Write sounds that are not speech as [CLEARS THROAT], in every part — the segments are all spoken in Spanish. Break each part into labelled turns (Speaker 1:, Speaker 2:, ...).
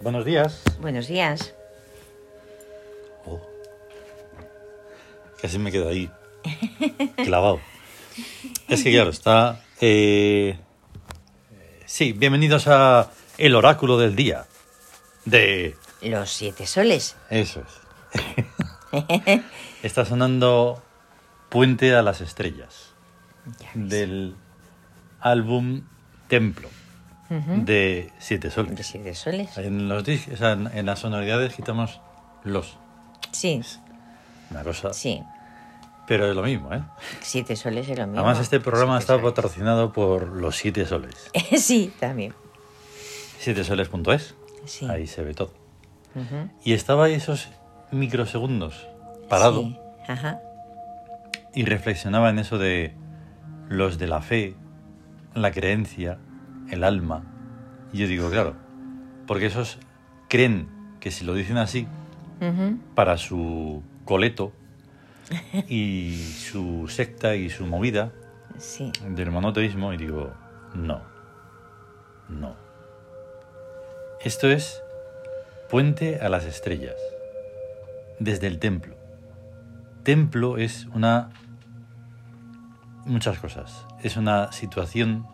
Speaker 1: Buenos días.
Speaker 2: Buenos días.
Speaker 1: Oh. Casi me quedo ahí, clavado. Es que claro, está... eh, Sí, bienvenidos a El Oráculo del Día. De...
Speaker 2: Los siete soles.
Speaker 1: Eso es. está sonando Puente a las Estrellas.
Speaker 2: Ya ves.
Speaker 1: Del álbum Templo.
Speaker 2: Ujú.
Speaker 1: De Siete Soles.
Speaker 2: Los siete soles.
Speaker 1: En los dis- o sea, en, en las sonoridades quitamos los.
Speaker 2: Sí,
Speaker 1: Una cosa.
Speaker 2: sí.
Speaker 1: Pero es lo mismo, ¿eh?
Speaker 2: Siete soles es lo mismo.
Speaker 1: Además, este programa
Speaker 2: Siete
Speaker 1: está patrocinado por los Siete Soles.
Speaker 2: soles. [LAUGHS] sí, también.
Speaker 1: Siete soles.es.
Speaker 2: Sí.
Speaker 1: Ahí se ve todo.
Speaker 2: Ujú.
Speaker 1: Y estaba esos microsegundos parado
Speaker 2: Sí, Ajá.
Speaker 1: y reflexionaba en eso de los de la fe, la creencia, el alma. Y yo digo, claro, porque esos creen que si lo dicen así,
Speaker 2: Ujú.
Speaker 1: para su
Speaker 2: [LAUGHS]
Speaker 1: coleto y su secta y su movida
Speaker 2: Sí.
Speaker 1: del monoteísmo y digo, no, no. Esto es Puente a las Estrellas, desde el templo. Templo es una... muchas cosas. Es una situación,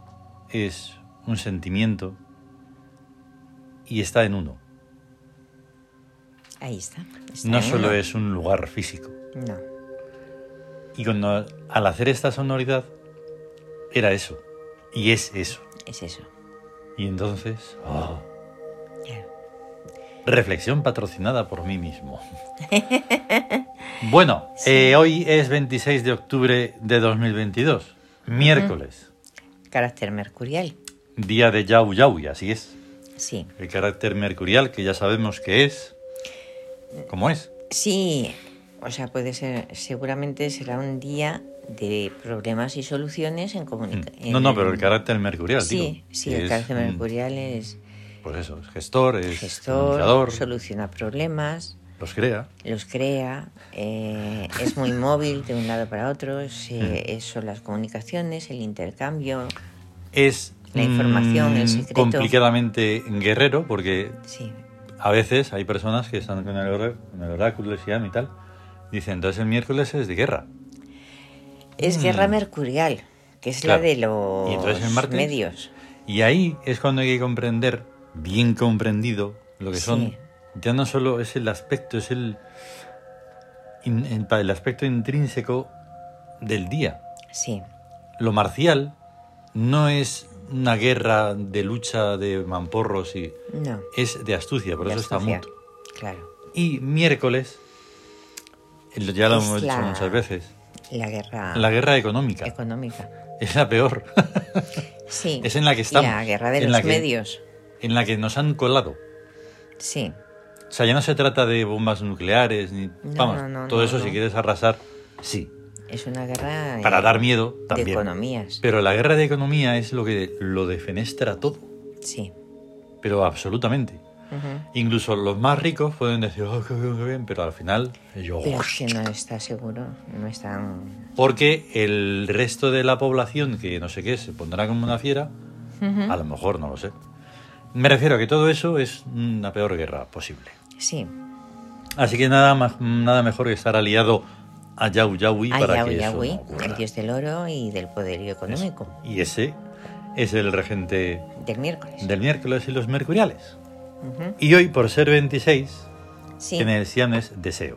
Speaker 1: es un sentimiento y está en uno.
Speaker 2: Ahí está. Está
Speaker 1: No
Speaker 2: en
Speaker 1: solo
Speaker 2: uno.
Speaker 1: es un lugar físico.
Speaker 2: No.
Speaker 1: Y cuando, al hacer esta sonoridad, era eso. Y es eso.
Speaker 2: Es eso.
Speaker 1: Y entonces, ¡ah!
Speaker 2: Claro.
Speaker 1: reflexión patrocinada por mí mismo.
Speaker 2: [LAUGHS]
Speaker 1: bueno, eh, hoy es 26 de octubre de 2022, miércoles,
Speaker 2: Carácter mercurial.
Speaker 1: día de Yau Yau, y así es.
Speaker 2: Sí.
Speaker 1: El carácter mercurial que ya sabemos que es. ¿Cómo es?
Speaker 2: Sí. O sea, puede ser, seguramente será un día de problemas y soluciones en comunicación.
Speaker 1: Mm. No, no, pero el carácter mercurial,
Speaker 2: Eh, Sí,
Speaker 1: digo,
Speaker 2: sí,
Speaker 1: que
Speaker 2: el
Speaker 1: es
Speaker 2: carácter
Speaker 1: un-
Speaker 2: mercurial es
Speaker 1: Pues eso, es gestor, es
Speaker 2: gestor,
Speaker 1: comunicador,
Speaker 2: soluciona problemas,
Speaker 1: los crea.
Speaker 2: los crea, eh, es muy móvil de un lado para otro,
Speaker 1: Mm.
Speaker 2: se- eh, son las comunicaciones, el intercambio,
Speaker 1: es
Speaker 2: La información, el
Speaker 1: mm,
Speaker 2: secreto.
Speaker 1: complicadamente guerrero, porque
Speaker 2: sí,
Speaker 1: a veces hay personas que están con el, orá- con el oráculo y tal, dicen, entonces el miércoles es de guerra.
Speaker 2: es guerra mercurial, que es
Speaker 1: Mm. Claro.
Speaker 2: la de
Speaker 1: ¿Y entonces el
Speaker 2: los
Speaker 1: martes?
Speaker 2: medios,
Speaker 1: Y ahí es cuando hay que comprender, bien comprendido, lo que son.
Speaker 2: Sí.
Speaker 1: Ya no solo es el aspecto, es el, in- el pa- el aspecto intrínseco del día.
Speaker 2: sí,
Speaker 1: Lo marcial no es una guerra de lucha de mamporros, y,
Speaker 2: no,
Speaker 1: es de astucia, por
Speaker 2: la
Speaker 1: eso está
Speaker 2: astucia,
Speaker 1: mucho.
Speaker 2: claro,
Speaker 1: Y miércoles, el- ya lo
Speaker 2: Es
Speaker 1: hemos dicho
Speaker 2: la-
Speaker 1: muchas veces,
Speaker 2: la guerra
Speaker 1: la guerra económica
Speaker 2: económica,
Speaker 1: es la peor, [LAUGHS]
Speaker 2: sí,
Speaker 1: Es en la que
Speaker 2: y la
Speaker 1: estamos,
Speaker 2: guerra de
Speaker 1: en
Speaker 2: los
Speaker 1: la que-
Speaker 2: medios,
Speaker 1: en la que nos han colado.
Speaker 2: sí,
Speaker 1: O sea, ya no se trata de bombas nucleares, ni... vamos,
Speaker 2: no, no,
Speaker 1: todo
Speaker 2: no,
Speaker 1: eso
Speaker 2: no.
Speaker 1: si quieres arrasar, sí,
Speaker 2: es una guerra
Speaker 1: para
Speaker 2: eh,
Speaker 1: dar miedo
Speaker 2: de
Speaker 1: también.
Speaker 2: economías,
Speaker 1: Pero la guerra de economía es lo que lo defenestra todo,
Speaker 2: sí.
Speaker 1: pero absolutamente.
Speaker 2: ujú.
Speaker 1: Incluso los más ricos pueden decir, oh, qué bien, qué bien", pero al final... Yo,
Speaker 2: Pero es que no está seguro, no están...
Speaker 1: Porque el resto de la población, que no sé qué, se pondrá como una fiera, a lo mejor no lo sé. Me refiero a que todo eso es una peor guerra posible.
Speaker 2: Sí,
Speaker 1: Así que nada, ma- nada mejor que estar aliado a Yau Yaui para
Speaker 2: Ayahui,
Speaker 1: que eso
Speaker 2: Ayahui,
Speaker 1: no ocurra.
Speaker 2: el dios del oro y del poderío económico,
Speaker 1: Y ese es el regente
Speaker 2: del miércoles.
Speaker 1: del miércoles y los mercuriales.
Speaker 2: Ujú,
Speaker 1: Y hoy, por ser 26,
Speaker 2: Sí,
Speaker 1: en el Siam es deseo.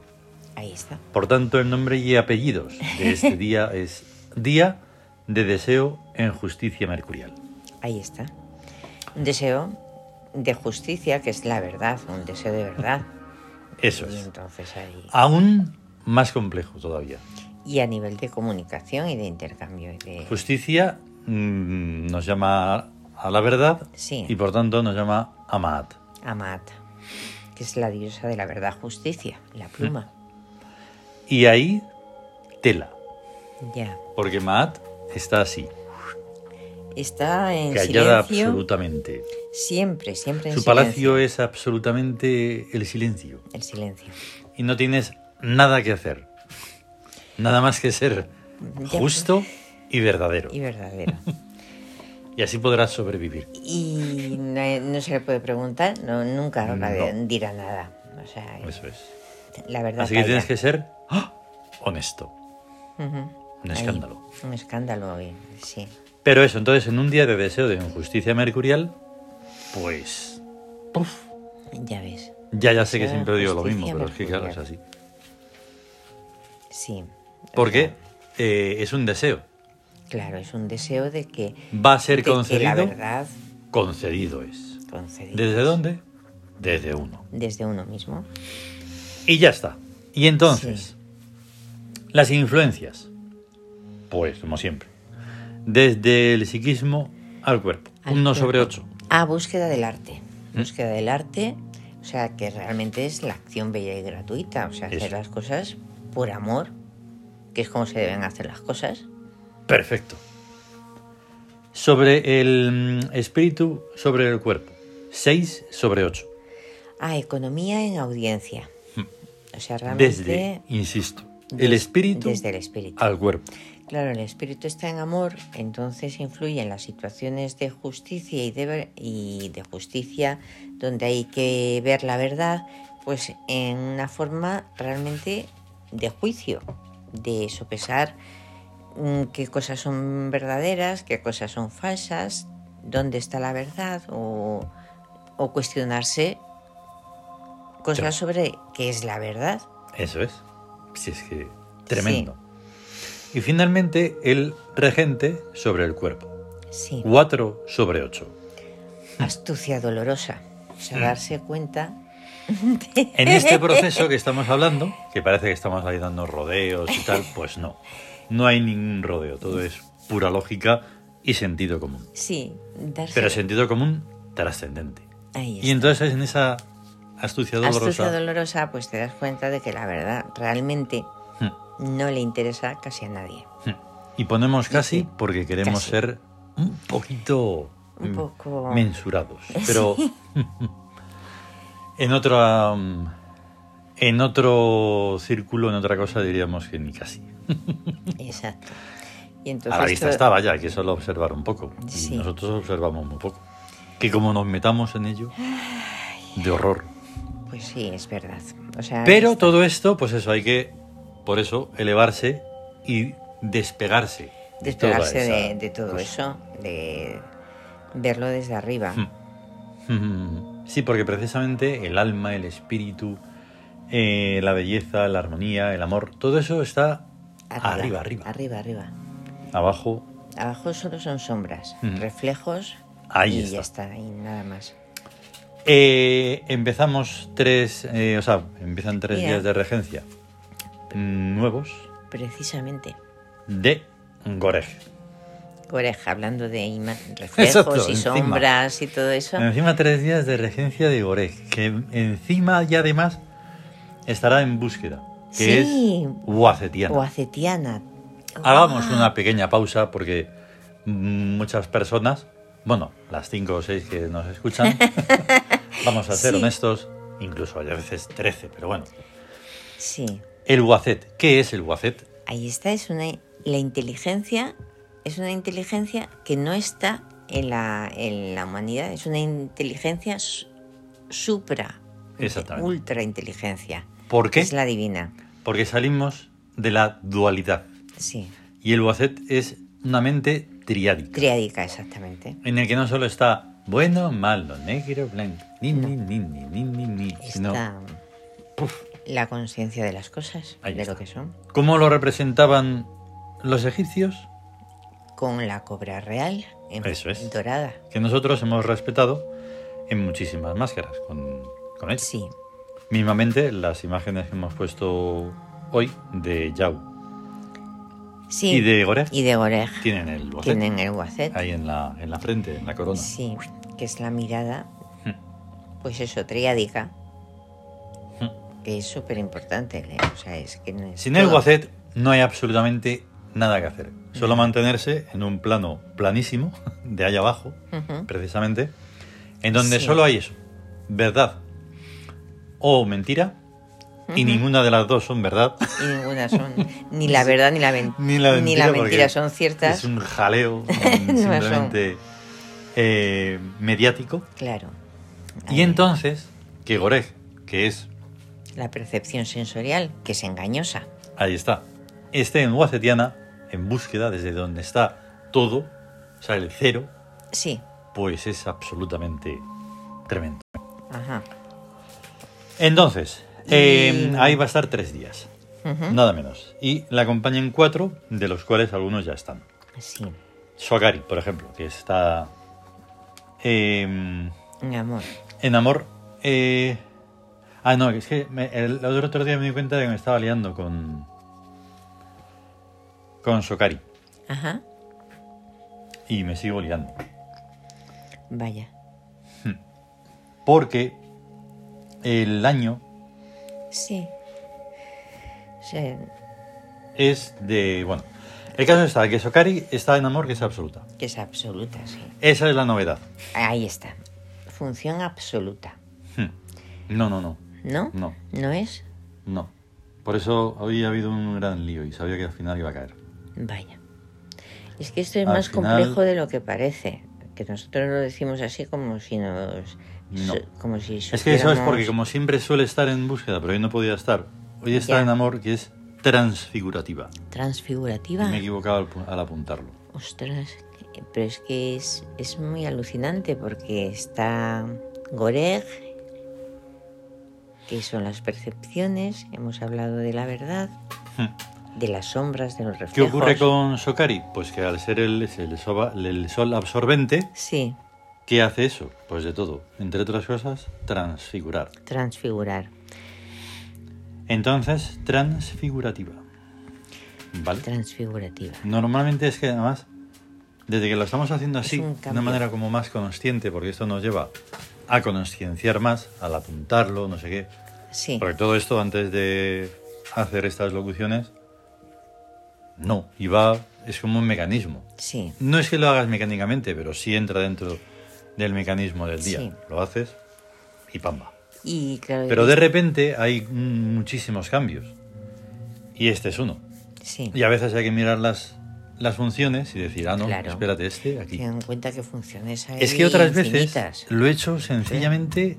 Speaker 2: ahí está.
Speaker 1: Por tanto, el nombre y apellidos de este día es Día de Deseo en Justicia Mercurial.
Speaker 2: Ahí está. Un deseo de justicia, que es la verdad, un deseo de verdad.
Speaker 1: [LAUGHS] Eso
Speaker 2: Y
Speaker 1: es. Ah.
Speaker 2: entonces ahí...
Speaker 1: Aún más complejo todavía.
Speaker 2: Y a nivel de comunicación y de intercambio. y de-
Speaker 1: Pues Justicia mm, nos llama a la verdad
Speaker 2: Sí.
Speaker 1: y por tanto nos llama a Maat.
Speaker 2: Amat, que es la diosa de la verdad justicia,
Speaker 1: Mm.
Speaker 2: la pluma.
Speaker 1: Y ahí tela,
Speaker 2: Ya.
Speaker 1: porque Maat está así,
Speaker 2: Está en
Speaker 1: callada
Speaker 2: silencio
Speaker 1: absolutamente.
Speaker 2: siempre, siempre en
Speaker 1: Su
Speaker 2: silencio.
Speaker 1: palacio es absolutamente el silencio
Speaker 2: El silencio.
Speaker 1: y no tienes nada que hacer, nada más que ser
Speaker 2: Ya.
Speaker 1: justo y verdadero.
Speaker 2: y verdadero.
Speaker 1: Y así podrás sobrevivir.
Speaker 2: Y no, no se le puede preguntar, no, nunca habla de-
Speaker 1: No.
Speaker 2: dirá nada. O sea,
Speaker 1: Eso es.
Speaker 2: la verdad
Speaker 1: Así que
Speaker 2: calla.
Speaker 1: tienes que ser ¡ah! honesto. Un
Speaker 2: Ahí,
Speaker 1: escándalo.
Speaker 2: un escándalo, eh, sí.
Speaker 1: Pero eso, entonces, en un día de deseo de injusticia mercurial, pues. ¡puf!
Speaker 2: Ya ves.
Speaker 1: Ya, ya sé que
Speaker 2: Deseo de
Speaker 1: siempre digo lo mismo,
Speaker 2: injusticia
Speaker 1: pero es que claro, es
Speaker 2: mercurial.
Speaker 1: así.
Speaker 2: Sí.
Speaker 1: Porque eh, es un deseo.
Speaker 2: Claro, es un deseo de que,
Speaker 1: Va a ser
Speaker 2: de que la
Speaker 1: concedido.
Speaker 2: verdad
Speaker 1: Concedido es.
Speaker 2: concedida.
Speaker 1: ¿Desde dónde? Desde uno.
Speaker 2: Desde uno mismo.
Speaker 1: Y ya está. Y entonces, las influencias. Pues, como siempre. Desde el psiquismo al cuerpo.
Speaker 2: Al
Speaker 1: Uno
Speaker 2: cuerpo.
Speaker 1: sobre ocho.
Speaker 2: Ah, búsqueda del arte.
Speaker 1: ¿Mm?
Speaker 2: Búsqueda del arte, o sea, que realmente es la acción bella y gratuita. O sea, hacer
Speaker 1: Eso.
Speaker 2: las cosas por amor, que es como se deben hacer las cosas.
Speaker 1: Perfecto. Sobre el mm, espíritu, sobre el cuerpo. 6 sobre 8.
Speaker 2: Ah, economía en audiencia. O sea,
Speaker 1: Hmm. Desde,
Speaker 2: realmente.
Speaker 1: insisto,
Speaker 2: des-
Speaker 1: el espíritu
Speaker 2: Desde el espíritu.
Speaker 1: al cuerpo.
Speaker 2: Claro, el espíritu está en amor, entonces influye en las situaciones de justicia y de, ver- y de justicia donde hay que ver la verdad, pues en una forma realmente de juicio, de sopesar mm, qué cosas son verdaderas, qué cosas son falsas, dónde está la verdad o, o cuestionarse
Speaker 1: Claro.
Speaker 2: cosas sobre qué es la verdad.
Speaker 1: Eso es. Si es que tremendo. Y finalmente, el regente sobre el cuerpo.
Speaker 2: Sí.
Speaker 1: 4 sobre 8.
Speaker 2: astucia dolorosa. O sea, darse cuenta.
Speaker 1: En este proceso que estamos hablando, que parece que estamos ahí dando rodeos y tal, pues no. No hay ningún rodeo. Todo es pura lógica y sentido común.
Speaker 2: Sí, darse
Speaker 1: Pero sentido común trascendente.
Speaker 2: Ahí
Speaker 1: Y
Speaker 2: está.
Speaker 1: entonces en esa astucia dolorosa.
Speaker 2: Astucia dolorosa, pues te das cuenta de que la verdad realmente
Speaker 1: Hmm,
Speaker 2: no le interesa casi
Speaker 1: [LAUGHS]
Speaker 2: a nadie.
Speaker 1: hmm. Y ponemos casi porque queremos
Speaker 2: Casi.
Speaker 1: ser un poquito
Speaker 2: Un
Speaker 1: mm,
Speaker 2: poco- [LAUGHS]
Speaker 1: mensurados. Pero [LAUGHS] en otra mm, en otro círculo, en otra cosa diríamos que ni casi.
Speaker 2: Exacto. Y entonces
Speaker 1: A la vista
Speaker 2: todo-
Speaker 1: está, vaya, hay que solo observar un poco. Y
Speaker 2: Sí.
Speaker 1: nosotros observamos muy poco. Que como nos metamos en ello, de horror.
Speaker 2: Pues sí, es verdad. O sea,
Speaker 1: Pero
Speaker 2: es-
Speaker 1: todo esto, pues eso, hay que, por eso, elevarse y despegarse. de toda
Speaker 2: despegarse
Speaker 1: esa
Speaker 2: de, de todo
Speaker 1: cosa.
Speaker 2: eso, de verlo desde arriba.
Speaker 1: Hmm. Sí, porque precisamente el alma, el espíritu, eh, la belleza, la armonía, el amor, todo eso está arriba, arriba.
Speaker 2: Arriba, arriba.
Speaker 1: Abajo,
Speaker 2: Abajo solo son sombras,
Speaker 1: Mm.
Speaker 2: reflejos.
Speaker 1: Ahí
Speaker 2: y
Speaker 1: está.
Speaker 2: ya está, y nada más.
Speaker 1: Eh, empezamos tres, eh, o sea, empiezan tres
Speaker 2: Mira.
Speaker 1: días de regencia mm, nuevos
Speaker 2: Precisamente.
Speaker 1: de Gorej.
Speaker 2: Oreja, hablando de
Speaker 1: [LAUGHS]
Speaker 2: ima- reflejos y
Speaker 1: encima.
Speaker 2: sombras y todo eso.
Speaker 1: Encima tres días de regencia de Gorej, que encima y además estará en búsqueda, que
Speaker 2: Sí.
Speaker 1: es Huacetiana.
Speaker 2: O acetiana.
Speaker 1: Hagamos
Speaker 2: Ah,
Speaker 1: una pequeña pausa porque mm, muchas personas, bueno, las cinco o seis que nos
Speaker 2: [LAUGHS]
Speaker 1: escuchan, vamos a ser
Speaker 2: Sí.
Speaker 1: honestos, incluso hay a veces 13, pero bueno.
Speaker 2: Sí,
Speaker 1: El Huacet, ¿qué es el Huacet?
Speaker 2: ahí está. Es una, la inteligencia es una inteligencia que no está en la, en la humanidad. Es una inteligencia su- supra.
Speaker 1: Exactamente.
Speaker 2: Ultra inteligencia.
Speaker 1: ¿Por qué?
Speaker 2: Es la divina.
Speaker 1: Porque salimos de la dualidad.
Speaker 2: Sí,
Speaker 1: Y el Wacet es una mente triádica,
Speaker 2: triádica, exactamente.
Speaker 1: en el que no solo está bueno, malo, negro, blanco, ni, ni, ni, ni, ni, ni, ni, sino
Speaker 2: Está la conciencia de las cosas,
Speaker 1: Ahí
Speaker 2: de
Speaker 1: está.
Speaker 2: lo que son.
Speaker 1: cómo lo representaban los egipcios,
Speaker 2: Con la cobra real en
Speaker 1: Eso es.
Speaker 2: dorada.
Speaker 1: que nosotros hemos respetado en muchísimas máscaras con, con él.
Speaker 2: Sí,
Speaker 1: Mismamente las imágenes que hemos puesto hoy de Yau
Speaker 2: sí.
Speaker 1: y de Goref
Speaker 2: y de Goreg.
Speaker 1: tienen el Wacet
Speaker 2: Tienen el guacet.
Speaker 1: ahí en la, en la frente, en la corona.
Speaker 2: Sí, que es la mirada,
Speaker 1: Hmm.
Speaker 2: pues eso, triádica,
Speaker 1: Hmm.
Speaker 2: que es súper importante. ¿eh? O sea, es que no es
Speaker 1: Sin el
Speaker 2: todo.
Speaker 1: Wacet no hay absolutamente nada que hacer. Solo mantenerse en un plano planísimo, de allá abajo,
Speaker 2: Ujú.
Speaker 1: precisamente, en donde
Speaker 2: Sí.
Speaker 1: solo hay eso, verdad o mentira, y ninguna de las dos son verdad,
Speaker 2: Y
Speaker 1: [LAUGHS]
Speaker 2: ninguna son, ni la verdad ni la, men-
Speaker 1: ni la mentira, porque
Speaker 2: son ciertas. [LAUGHS]
Speaker 1: es un jaleo,
Speaker 2: No,
Speaker 1: simplemente eh, mediático.
Speaker 2: Claro.
Speaker 1: Y
Speaker 2: Ahí,
Speaker 1: entonces, que Goreg, que es,
Speaker 2: La percepción sensorial, que es engañosa.
Speaker 1: ahí está, esté en Wacetiana, en búsqueda desde donde está todo, o sea, el cero,
Speaker 2: Sí.
Speaker 1: pues es absolutamente tremendo.
Speaker 2: Ajá.
Speaker 1: Entonces,
Speaker 2: Y-
Speaker 1: eh, ahí va a estar tres días,
Speaker 2: Ujú.
Speaker 1: nada menos. Y la acompañan cuatro, de los cuales algunos ya están.
Speaker 2: Sí.
Speaker 1: Suagari, por ejemplo, que está eh,
Speaker 2: Mi amor.
Speaker 1: en amor. eh, ah, no, es que me- el otro, otro día me di cuenta de que me estaba liando con. con Sokari.
Speaker 2: Ajá.
Speaker 1: Y me sigo liando.
Speaker 2: Vaya.
Speaker 1: Porque el año
Speaker 2: Sí. Sí,
Speaker 1: es de. Bueno, el caso está que Sokari está en amor, que es absoluta.
Speaker 2: que es absoluta, sí.
Speaker 1: Esa es la novedad.
Speaker 2: Ahí está. Función absoluta.
Speaker 1: Hmm. No, no, no.
Speaker 2: ¿No?
Speaker 1: No.
Speaker 2: ¿No es?
Speaker 1: No. Por eso había habido un gran lío y sabía que al final iba a caer.
Speaker 2: Vaya. Es que esto es
Speaker 1: Al
Speaker 2: más
Speaker 1: final-
Speaker 2: complejo de lo que parece. Que nosotros lo decimos así como si nos.
Speaker 1: No.
Speaker 2: su- Como si
Speaker 1: Es que eso es
Speaker 2: supiéramos-
Speaker 1: porque como siempre suele estar en búsqueda, pero hoy no podía estar. Hoy está
Speaker 2: Ya.
Speaker 1: en amor que es transfigurativa. Y
Speaker 2: Transfigurativa.
Speaker 1: me he equivocado al, pu- al apuntarlo.
Speaker 2: Ostras. que- Pero es que es, es muy alucinante porque está Goreg, que son las percepciones, hemos hablado de la verdad, de las sombras, de los reflejos.
Speaker 1: Hmm. ¿Qué ocurre con Sokari? Pues que al ser el, es el soba- el sol absorbente,
Speaker 2: Sí,
Speaker 1: ¿qué hace eso? Pues de todo. Entre otras cosas, transfigurar.
Speaker 2: transfigurar.
Speaker 1: Entonces, transfigurativa. ¿Vale?
Speaker 2: Transfigurativa.
Speaker 1: Normalmente es que además, desde que lo estamos haciendo
Speaker 2: Es
Speaker 1: así,
Speaker 2: un
Speaker 1: de una
Speaker 2: cambio.
Speaker 1: manera como más consciente, porque esto nos lleva a concienciar más, al apuntarlo, no sé qué.
Speaker 2: Sí,
Speaker 1: Porque todo esto antes de hacer estas locuciones, no, y va, es como un mecanismo.
Speaker 2: sí.
Speaker 1: No es que lo hagas mecánicamente, pero sí entra dentro del mecanismo del día.
Speaker 2: Sí. Pues
Speaker 1: Lo haces y pamba.
Speaker 2: Y claro,
Speaker 1: Pero de repente hay mm, muchísimos cambios. Y este es uno.
Speaker 2: sí.
Speaker 1: Y a veces hay que mirar las, las funciones y decir, ah, no,
Speaker 2: Claro.
Speaker 1: espérate, este aquí.
Speaker 2: Ten en cuenta que funciones hay
Speaker 1: Es que otras
Speaker 2: infinitas.
Speaker 1: veces lo he hecho sencillamente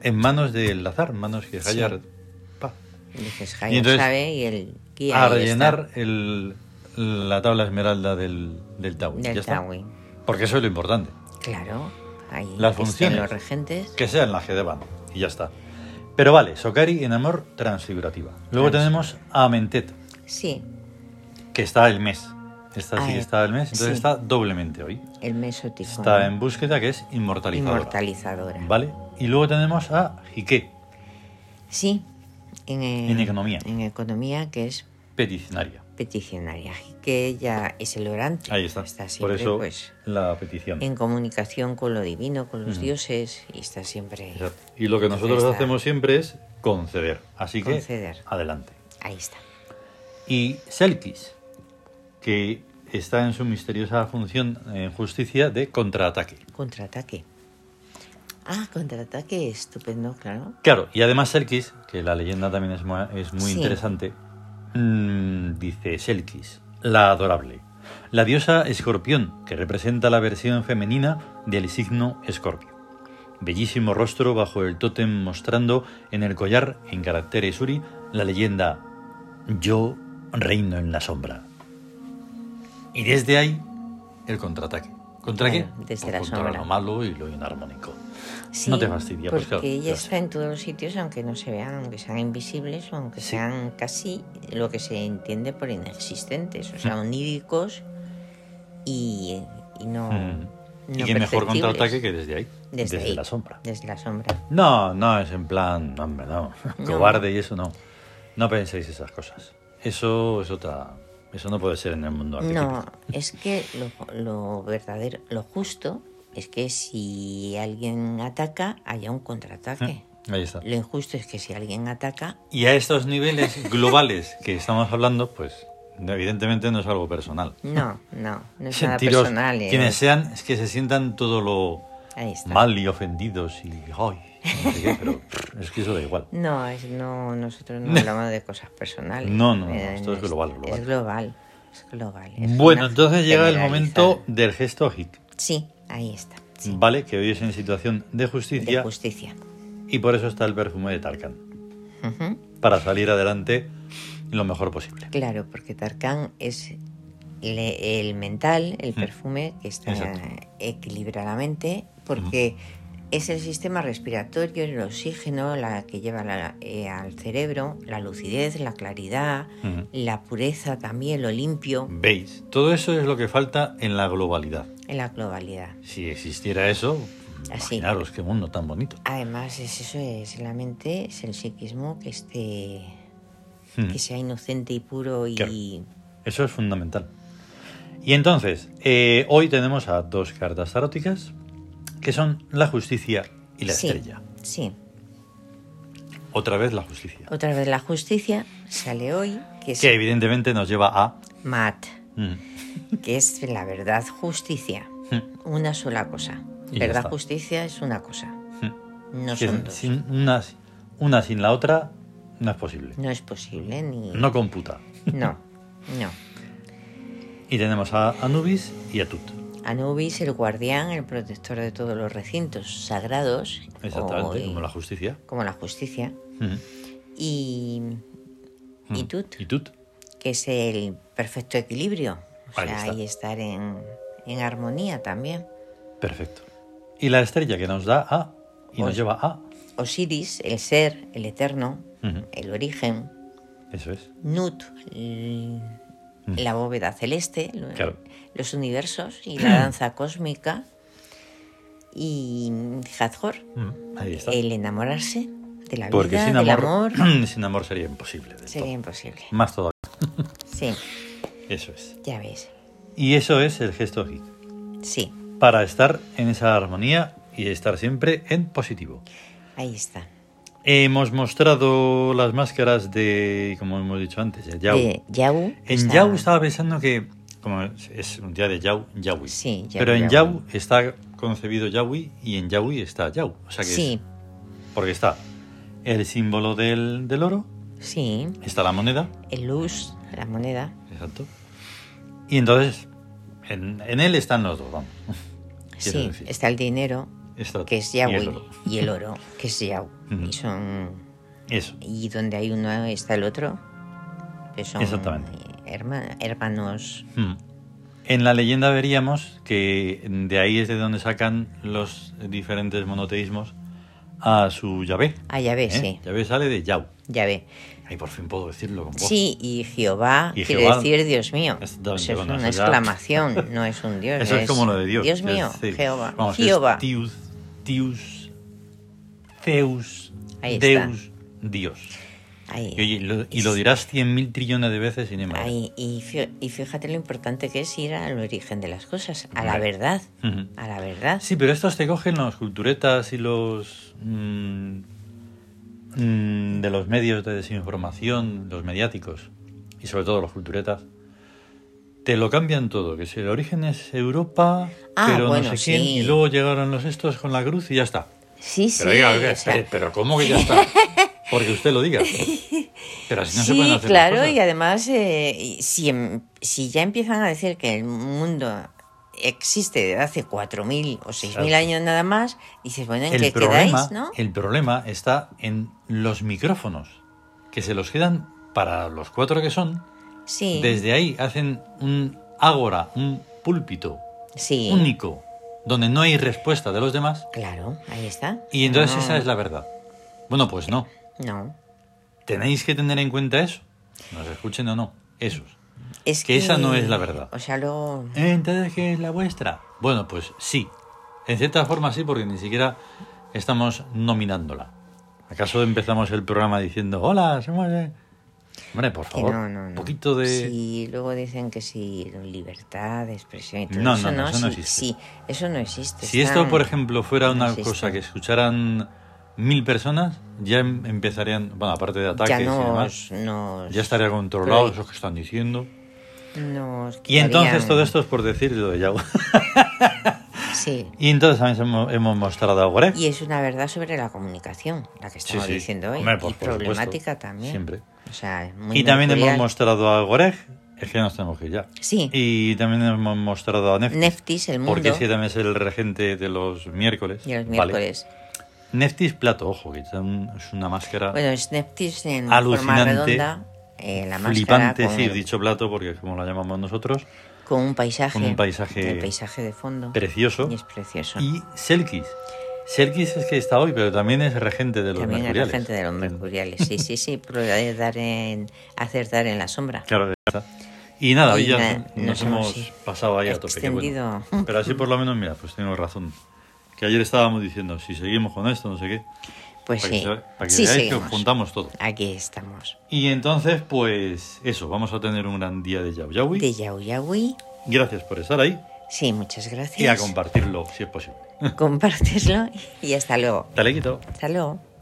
Speaker 1: en manos del azar, en manos que
Speaker 2: Sí.
Speaker 1: Hayar pa,
Speaker 2: Dices,
Speaker 1: Y
Speaker 2: Jaime
Speaker 1: entonces,
Speaker 2: sabe y el guía
Speaker 1: a
Speaker 2: ahí
Speaker 1: rellenar el- la tabla esmeralda del, del Tawi.
Speaker 2: está,
Speaker 1: Ya
Speaker 2: del
Speaker 1: está.
Speaker 2: Tawi.
Speaker 1: Porque eso es lo importante.
Speaker 2: Claro, ahí
Speaker 1: Las
Speaker 2: estén
Speaker 1: funciones.
Speaker 2: los regentes.
Speaker 1: Que sea en la G de van. Y ya está. Pero vale, Sokari en amor transfigurativa. Luego
Speaker 2: Trans-
Speaker 1: tenemos Amentet,
Speaker 2: Sí,
Speaker 1: que está el mes. Esta sí
Speaker 2: Ah,
Speaker 1: que está el mes, entonces
Speaker 2: sí.
Speaker 1: está doblemente hoy.
Speaker 2: el mesótico.
Speaker 1: Está en búsqueda, que es inmortalizadora.
Speaker 2: inmortalizadora.
Speaker 1: ¿Vale? Y luego tenemos a Jique,
Speaker 2: Sí, en, eh,
Speaker 1: En economía.
Speaker 2: En economía, que es
Speaker 1: peticionaria.
Speaker 2: peticionaria, que ya es el orante.
Speaker 1: Ahí está. Por
Speaker 2: siempre,
Speaker 1: eso
Speaker 2: pues,
Speaker 1: la petición.
Speaker 2: en comunicación con lo divino, con los
Speaker 1: Ujú.
Speaker 2: dioses, y está siempre
Speaker 1: Exacto. Y lo que
Speaker 2: Entonces
Speaker 1: nosotros
Speaker 2: está-
Speaker 1: hacemos siempre es conceder. Así que
Speaker 2: Conceder.
Speaker 1: adelante.
Speaker 2: ahí está.
Speaker 1: Y Selkis, que está en su misteriosa función eh, en justicia de contraataque.
Speaker 2: Contraataque. Ah, contraataque, estupendo, claro.
Speaker 1: Claro, y además Selkis, que la leyenda también es, mu- es muy
Speaker 2: Sí.
Speaker 1: interesante, mm, dice Selkis, la adorable, la diosa escorpión, que representa la versión femenina del signo escorpio. Bellísimo rostro bajo el tótem mostrando en el collar, en carácter Suri, la leyenda Yo reino en la sombra. Y desde ahí, el contraataque. ¿Contra
Speaker 2: Claro,
Speaker 1: qué?
Speaker 2: desde
Speaker 1: Pues
Speaker 2: la
Speaker 1: contra
Speaker 2: sombra.
Speaker 1: lo malo y lo inarmónico.
Speaker 2: Sí,
Speaker 1: No te fastidia, pues
Speaker 2: porque
Speaker 1: claro,
Speaker 2: ella
Speaker 1: ya
Speaker 2: está en todos los sitios, aunque no se vean, aunque sean invisibles, o aunque
Speaker 1: Sí.
Speaker 2: sean casi lo que se entiende por inexistentes, o sea, oníricos y, y no,
Speaker 1: Mm.
Speaker 2: no
Speaker 1: Y qué mejor
Speaker 2: perceptibles.
Speaker 1: contraataque que desde ahí,
Speaker 2: Desde
Speaker 1: desde,
Speaker 2: ahí.
Speaker 1: la sombra.
Speaker 2: Desde la sombra.
Speaker 1: No, no es en plan, no, hombre, no,
Speaker 2: [LAUGHS] No.
Speaker 1: cobarde y eso no. No penséis esas cosas. Eso es otra. Eso no puede ser en el mundo
Speaker 2: No,
Speaker 1: arquetípico.
Speaker 2: es que lo, lo verdadero, lo justo es que si alguien ataca, haya un contraataque.
Speaker 1: ¿Eh? Ahí está.
Speaker 2: Lo injusto es que si alguien ataca,
Speaker 1: Y a estos niveles globales que estamos hablando, pues evidentemente no es algo personal.
Speaker 2: no, no,
Speaker 1: [LAUGHS]
Speaker 2: no es nada
Speaker 1: Sentiros,
Speaker 2: personal. es-
Speaker 1: quienes sean, es que se sientan todo lo
Speaker 2: Ahí está.
Speaker 1: mal y ofendidos y ay, no sé qué,
Speaker 2: [LAUGHS]
Speaker 1: pero es que eso da igual.
Speaker 2: No, es, no,
Speaker 1: [LAUGHS]
Speaker 2: nosotros no hablamos de cosas personales.
Speaker 1: No, no, no,
Speaker 2: Eh,
Speaker 1: esto es global, global.
Speaker 2: Es global, es global. es
Speaker 1: Bueno,
Speaker 2: una
Speaker 1: entonces llega el
Speaker 2: generalizada.
Speaker 1: momento del gesto hic.
Speaker 2: Sí, Ahí está. sí,
Speaker 1: ¿Vale? Que hoy es en situación de justicia
Speaker 2: de justicia.
Speaker 1: y por eso está el perfume de Tarkan.
Speaker 2: Ujú.
Speaker 1: Para salir adelante lo mejor posible.
Speaker 2: Claro, porque Tarkan es le- el mental, el perfume que está
Speaker 1: Mm. Exacto.
Speaker 2: equilibra la mente, porque es el sistema respiratorio, el oxígeno, la que lleva la- eh, al cerebro, la lucidez, la claridad,
Speaker 1: Ujú.
Speaker 2: la pureza también, lo limpio,
Speaker 1: Mm. ¿Veis? Todo eso es lo que falta en la globalidad.
Speaker 2: en la globalidad.
Speaker 1: Si existiera eso,
Speaker 2: Así.
Speaker 1: imaginaros qué mundo tan bonito.
Speaker 2: Además, es eso es la mente, es el psiquismo que esté,
Speaker 1: Ujú.
Speaker 2: que sea inocente y puro y
Speaker 1: Mm. Claro. Hmm. Eso es fundamental. Y entonces, eh, hoy tenemos a dos cartas taróticas que son la justicia y la
Speaker 2: Sí,
Speaker 1: estrella.
Speaker 2: Sí.
Speaker 1: Otra vez la justicia.
Speaker 2: Otra vez la justicia sale hoy, que es
Speaker 1: Que evidentemente nos lleva a...
Speaker 2: Mat,
Speaker 1: Mm,
Speaker 2: que es la verdad justicia.
Speaker 1: mm,
Speaker 2: Una sola cosa.
Speaker 1: Y ya
Speaker 2: verdad
Speaker 1: está.
Speaker 2: justicia es una cosa.
Speaker 1: mm.
Speaker 2: No
Speaker 1: Que
Speaker 2: son dos.
Speaker 1: sin una, una sin la otra no es posible.
Speaker 2: No es posible ni.
Speaker 1: No computa.
Speaker 2: No. no.
Speaker 1: Y tenemos a Anubis y a Tut.
Speaker 2: Anubis, el guardián, el protector de todos los recintos sagrados.
Speaker 1: Exactamente,
Speaker 2: o-
Speaker 1: como la justicia.
Speaker 2: como la justicia.
Speaker 1: Mm,
Speaker 2: Y.
Speaker 1: mm.
Speaker 2: Y Tut,
Speaker 1: Y Tut.
Speaker 2: que es el perfecto equilibrio. O
Speaker 1: Ahí
Speaker 2: sea,
Speaker 1: está.
Speaker 2: y estar en, en armonía también.
Speaker 1: Perfecto. Y la estrella que nos da a... Y nos
Speaker 2: Oye.
Speaker 1: lleva a...
Speaker 2: Osiris, el ser, el eterno,
Speaker 1: Ujú,
Speaker 2: el origen,
Speaker 1: Eso es.
Speaker 2: Nut, l- la bóveda celeste, lo-
Speaker 1: Mm. Claro.
Speaker 2: los universos
Speaker 1: [CLEARS THROAT]
Speaker 2: y la danza cósmica. Y Hathor,
Speaker 1: Mm, Ahí está.
Speaker 2: el enamorarse de la
Speaker 1: Porque
Speaker 2: vida,
Speaker 1: sin
Speaker 2: del
Speaker 1: amor, [CLEARS THROAT]
Speaker 2: amor,
Speaker 1: sin amor sería imposible. del
Speaker 2: sería
Speaker 1: todo.
Speaker 2: imposible.
Speaker 1: Más todavía.
Speaker 2: Sí,
Speaker 1: Eso es.
Speaker 2: ya ves.
Speaker 1: Y eso es el gesto geek.
Speaker 2: Sí,
Speaker 1: Para estar en esa armonía y estar siempre en positivo.
Speaker 2: ahí está.
Speaker 1: Hemos mostrado las máscaras de, como hemos dicho antes, de Yao.
Speaker 2: De Yau.
Speaker 1: en
Speaker 2: está-
Speaker 1: Yao estaba pensando que, como es- es un día de Yao, Yahui.
Speaker 2: Sí, Yao,
Speaker 1: Pero en
Speaker 2: Yahui.
Speaker 1: Yao está concebido Yahui y en Yahui está Yao. O sea que es-
Speaker 2: Sí,
Speaker 1: porque está el símbolo del, del oro,
Speaker 2: sí.
Speaker 1: está la moneda,
Speaker 2: El luz, la moneda.
Speaker 1: Exacto. Y entonces, en, en él están los dos, vamos. Quiero
Speaker 2: Sí,
Speaker 1: decir,
Speaker 2: está el dinero,
Speaker 1: está-
Speaker 2: que es
Speaker 1: y el
Speaker 2: Yahweh,
Speaker 1: oro.
Speaker 2: y el oro, que es Yau.
Speaker 1: Ujú.
Speaker 2: Y son
Speaker 1: Eso,
Speaker 2: y donde hay uno está el otro. Que son
Speaker 1: Exactamente.
Speaker 2: herma- hermanos.
Speaker 1: Mm. En la leyenda veríamos que de ahí es de donde sacan los diferentes monoteísmos a su Yahvé.
Speaker 2: Ah, ya ve,
Speaker 1: ¿eh?
Speaker 2: sí,
Speaker 1: Yahvé sale de Yahweh.
Speaker 2: ya ve.
Speaker 1: Ahí por fin puedo decirlo con voz.
Speaker 2: Sí, y Jehová
Speaker 1: Y
Speaker 2: quiere
Speaker 1: Jehová-
Speaker 2: decir Dios mío.
Speaker 1: Exactamente,
Speaker 2: Eso es
Speaker 1: bueno,
Speaker 2: una
Speaker 1: eso ya- [LAUGHS]
Speaker 2: exclamación, no es un Dios.
Speaker 1: Eso es como lo de Dios.
Speaker 2: Dios
Speaker 1: es
Speaker 2: mío,
Speaker 1: decir,
Speaker 2: Jehová.
Speaker 1: vamos, es
Speaker 2: Jehová.
Speaker 1: Tius, Tius, Zeus,
Speaker 2: Ahí está.
Speaker 1: Deus, Dios.
Speaker 2: Ahí.
Speaker 1: Y, oye, lo, y lo dirás cien mil trillones de veces y ni más.
Speaker 2: Ahí, y, fí- y fíjate lo importante que es ir al origen de las cosas, a la
Speaker 1: Hombre.
Speaker 2: verdad,
Speaker 1: Ujú.
Speaker 2: a la verdad.
Speaker 1: Sí, pero estos te cogen los culturetas y los. mm, mm, de los medios de desinformación, los mediáticos, y sobre todo los culturetas. Te lo cambian todo, que si el origen es Europa,
Speaker 2: Ah,
Speaker 1: pero
Speaker 2: bueno,
Speaker 1: no sé quién,
Speaker 2: sí.
Speaker 1: y luego llegaron los estos con la cruz y ya está.
Speaker 2: Sí, sí.
Speaker 1: Pero oiga, oiga,
Speaker 2: o sea,
Speaker 1: espere, pero ¿cómo que ya está?
Speaker 2: [LAUGHS]
Speaker 1: Porque usted lo diga. Pero así no se pueden
Speaker 2: sí,
Speaker 1: hacer las
Speaker 2: claro,
Speaker 1: cosas.
Speaker 2: y además, eh, y si, em- si ya empiezan a decir que el mundo existe desde hace 4.000 o 6.000
Speaker 1: Claro.
Speaker 2: años nada más, dices, bueno, ¿en
Speaker 1: el
Speaker 2: qué
Speaker 1: problema,
Speaker 2: quedáis, no?
Speaker 1: el problema está en los micrófonos, que se los quedan para los cuatro que son.
Speaker 2: Sí,
Speaker 1: Desde ahí hacen un ágora, un púlpito
Speaker 2: sí,
Speaker 1: único, donde no hay respuesta de los demás.
Speaker 2: claro, ahí está.
Speaker 1: Y entonces
Speaker 2: No,
Speaker 1: esa es la verdad. Bueno, pues no.
Speaker 2: No,
Speaker 1: Tenéis que tener en cuenta eso. Nos escuchen o no. Esos.
Speaker 2: es
Speaker 1: Que esa no es la verdad.
Speaker 2: O sea, lo...
Speaker 1: Entonces, ¿qué es la vuestra? Bueno, pues sí. En cierta forma sí, porque ni siquiera estamos nominándola. ¿Acaso empezamos el programa diciendo, hola, somos... eh"? Hombre, por
Speaker 2: Que
Speaker 1: favor,
Speaker 2: no, no, no.
Speaker 1: un poquito de...
Speaker 2: Sí, luego dicen que sí, libertad de expresión y todo
Speaker 1: No,
Speaker 2: eso.
Speaker 1: no, no, eso no
Speaker 2: sí,
Speaker 1: existe.
Speaker 2: sí, eso no existe.
Speaker 1: Si
Speaker 2: están-
Speaker 1: esto, por ejemplo, fuera
Speaker 2: no
Speaker 1: una
Speaker 2: existe.
Speaker 1: cosa que escucharan mil personas, ya em- empezarían, bueno, aparte de ataques
Speaker 2: ya
Speaker 1: y
Speaker 2: nos,
Speaker 1: demás,
Speaker 2: nos,
Speaker 1: ya estaría controlado
Speaker 2: Pero-
Speaker 1: eso que están diciendo.
Speaker 2: nos
Speaker 1: Y entonces
Speaker 2: quitarían-
Speaker 1: todo esto es por decir lo de Yahoo.
Speaker 2: Sí,
Speaker 1: [LAUGHS] y entonces también hemos, hemos mostrado ahora.
Speaker 2: Y es una verdad sobre la comunicación, la que estamos
Speaker 1: sí.
Speaker 2: diciendo hoy.
Speaker 1: Hombre, por- por
Speaker 2: y
Speaker 1: supuesto,
Speaker 2: problemática también.
Speaker 1: siempre.
Speaker 2: O sea, muy
Speaker 1: Y también hemos
Speaker 2: mercurial.
Speaker 1: mostrado a Goreg, Es que nos tenemos que ir ya.
Speaker 2: Sí.
Speaker 1: Y también hemos mostrado a Neftis.
Speaker 2: Neftis, el mundo.
Speaker 1: Porque ese también es el regente de los miércoles.
Speaker 2: de los
Speaker 1: Vale.
Speaker 2: miércoles.
Speaker 1: Neftis plato, ojo, que es un- es una máscara
Speaker 2: Bueno, es Neftis en forma
Speaker 1: Alucinante,
Speaker 2: redonda, eh, la máscara
Speaker 1: flipante,
Speaker 2: con,
Speaker 1: sí, dicho plato, porque es como la llamamos nosotros.
Speaker 2: con un paisaje.
Speaker 1: con un paisaje
Speaker 2: El paisaje de fondo.
Speaker 1: Precioso.
Speaker 2: Y es precioso.
Speaker 1: Y Selkis. Selkis es que está hoy, pero también es regente de los
Speaker 2: También es la
Speaker 1: mercuriales.
Speaker 2: gente de los mercuriales. Sí, sí, sí. Procurar dar en, hacer dar en la sombra.
Speaker 1: Claro, ya está. Y nada,
Speaker 2: Y
Speaker 1: hoy ya
Speaker 2: na-
Speaker 1: nos,
Speaker 2: nos hemos,
Speaker 1: hemos
Speaker 2: sí,
Speaker 1: pasado ahí a tope. que bueno.
Speaker 2: extendido.
Speaker 1: Pero así por lo menos, mira, pues tengo razón. Que ayer estábamos diciendo, si seguimos con esto, no sé qué.
Speaker 2: Pues
Speaker 1: para
Speaker 2: sí.
Speaker 1: que, se- para que
Speaker 2: sí,
Speaker 1: veáis que os
Speaker 2: seguimos.
Speaker 1: juntamos todo.
Speaker 2: Aquí estamos.
Speaker 1: Y entonces, pues eso, vamos a tener un gran día de Yau Yaui.
Speaker 2: De Yau Yaui.
Speaker 1: Gracias por estar ahí
Speaker 2: Sí, muchas gracias.
Speaker 1: y a compartirlo si es posible.
Speaker 2: Compártelo y hasta luego.
Speaker 1: Hasta luego.
Speaker 2: Hasta luego.